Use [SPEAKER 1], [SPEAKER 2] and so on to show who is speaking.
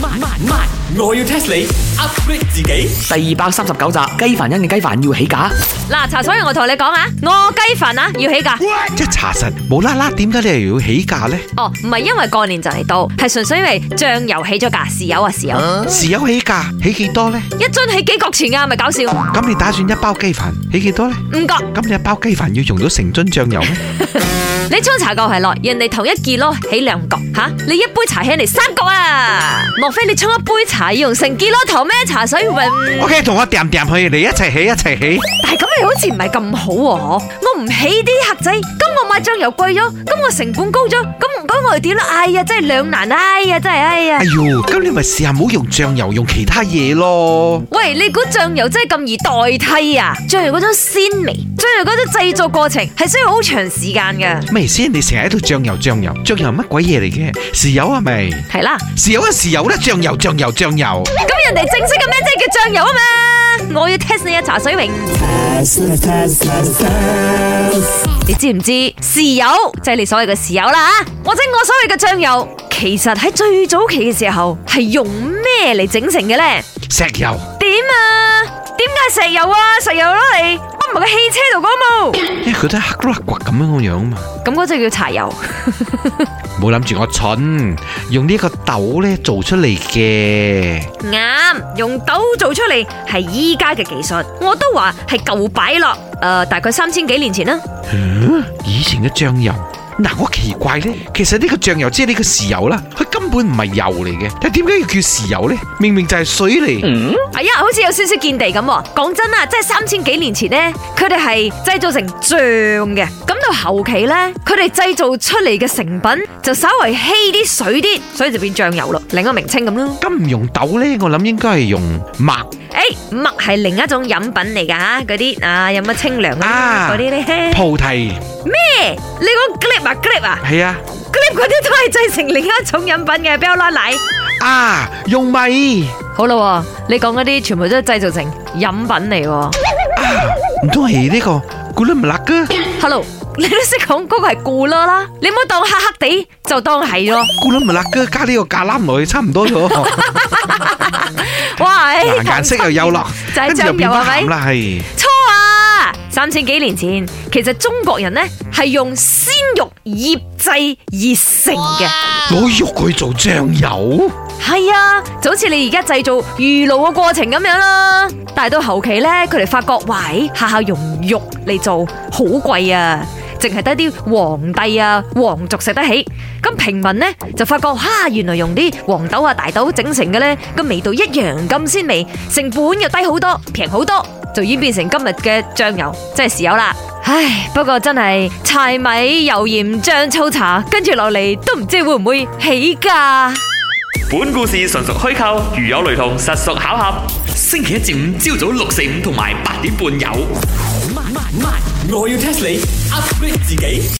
[SPEAKER 1] 慢慢慢，我要 test 你 upgrade 自己。第二百三十九集，雞凡欣嘅雞凡要起價。
[SPEAKER 2] 嗱，茶水榮，我同你講啊，我雞飯啊要起價。
[SPEAKER 3] 即係查實無啦啦，點解你又要起價呢？
[SPEAKER 2] 哦，唔係因為過年就嚟到，係純粹因為醬油起咗價，豉油啊豉油，
[SPEAKER 3] 豉油起價起幾多呢？
[SPEAKER 2] 一樽起幾角錢啊㗎，咪搞笑？唔
[SPEAKER 3] 咁你打算一包雞飯起幾多呢？
[SPEAKER 2] 覺，
[SPEAKER 3] 咁你一包雞飯要用到成樽醬油咩？
[SPEAKER 2] 你沖茶夠係耐，人哋同一件咯起兩角吓，你一杯茶起嚟三角啊！莫非你沖一杯茶要用成件咯頭咩？茶水榮。
[SPEAKER 3] OK，同我掂掂去，你一齊起，一齊起。
[SPEAKER 2] 但係咁你好似唔係咁好喎、我唔起啲客仔，咁我買醬油貴咗，咁我成本高咗，咁咁我又點咧？哎呀，真係兩難，哎呀，真係，哎呀
[SPEAKER 3] 哎！呦，咁你咪試下唔好用醬油，用其他嘢咯。
[SPEAKER 2] 喂，你估醬油真係咁易代替啊？醬油嗰種鮮味，醬油嗰種製作過程係需要好長時間嘅，
[SPEAKER 3] 咩先？你成日喺度醬油醬油，醬油乜鬼嘢嚟嘅？豉油係咪？
[SPEAKER 2] 係啦。
[SPEAKER 3] 豉油啊豉油啦，醬油醬油醬油。
[SPEAKER 2] 咁人哋正式嘅咩即係叫醬油啊嘛？我要 test 你啊，茶水榮。你知唔知豉油即係你所謂嘅豉油啦？或者我所謂嘅醬油，其實喺最早期嘅時候係用咩嚟整成嘅呢？
[SPEAKER 3] 石油
[SPEAKER 2] 點啊？點解石油啊？石油攞嚟我唔係個汽車度嗰冇，
[SPEAKER 3] 因為佢都係黑碌骨咁樣樣啊嘛。
[SPEAKER 2] 咁嗰隻叫柴油。
[SPEAKER 3] 冇諗住我蠢，用呢個豆咧做出嚟嘅。
[SPEAKER 2] 啱，用豆做出嚟係依家嘅技術，我都話係舊擺落，誒、大概三千幾年前啦。
[SPEAKER 3] 以前嘅醬油。嗱，我奇怪呢，其實呢個醬油即係呢個豉油啦，佢根本唔係油嚟嘅，但係點解要叫豉油呢？明明就係水嚟，
[SPEAKER 2] 哎呀，好似有少少見地咁喎。講真啊，即係三千幾年前呢，佢哋係製造成醬嘅。咁到後期呢，佢哋製造出嚟嘅成品就稍為稀啲、水啲，所以就變醬油咯，另一個名稱咁咯。
[SPEAKER 3] 咁唔用豆呢，我諗應該係用麥
[SPEAKER 2] 誒、麥係另一種飲品嚟㗎嚇，嗰啲啊飲乜清涼啊
[SPEAKER 3] 啊
[SPEAKER 2] 嗰啲呢？咩？
[SPEAKER 3] 菩提，
[SPEAKER 2] 你講 glip 啊 glip 啊
[SPEAKER 3] 係啊
[SPEAKER 2] glip 嗰啲都係製成另一種飲品嘅，標啦奶。
[SPEAKER 3] 啊，用米，
[SPEAKER 2] 好啦喎，你講嗰啲全部都係製造成飲品嚟喎。
[SPEAKER 3] 唔通係呢個古力唔辣噶？
[SPEAKER 2] Hello，你都識講嗰個係固啦啦，你唔好當黑黑地就當係咯。
[SPEAKER 3] 古力唔辣噶，加呢個芥藍落去差唔 多咗，
[SPEAKER 2] 哦 哇，唉
[SPEAKER 3] 嗱顏色又有咯，
[SPEAKER 2] 就係
[SPEAKER 3] 跟住
[SPEAKER 2] 醬
[SPEAKER 3] 又
[SPEAKER 2] 油
[SPEAKER 3] 變翻
[SPEAKER 2] 係
[SPEAKER 3] 鹹
[SPEAKER 2] 咪？
[SPEAKER 3] 啦，係
[SPEAKER 2] 錯啊！三千幾年前，其實中國人呢係用鮮肉醃製而成嘅，
[SPEAKER 3] 攞肉去做醬油，
[SPEAKER 2] 係啊，就好似你而家製造魚露嘅過程咁樣啦。但係到後期呢，佢哋發覺，喂，下下用肉嚟做好貴啊！淨係得啲皇帝啊、皇族食得起，咁平民呢，就發覺，哈、原來用啲黃豆啊、大豆整成嘅呢，個味道一樣咁鮮味，成本又低好多，平好多，就演變成今日嘅醬油，即係豉油啦。唉，不過真係柴米油鹽醬醋茶，跟住落嚟都唔知會唔會起價。
[SPEAKER 4] 本故事純屬虛構，如有雷同，實屬巧合。星期一至五朝早六四五同埋八點半有。
[SPEAKER 1] 慢慢慢，我要 test 你 upgrade 自己。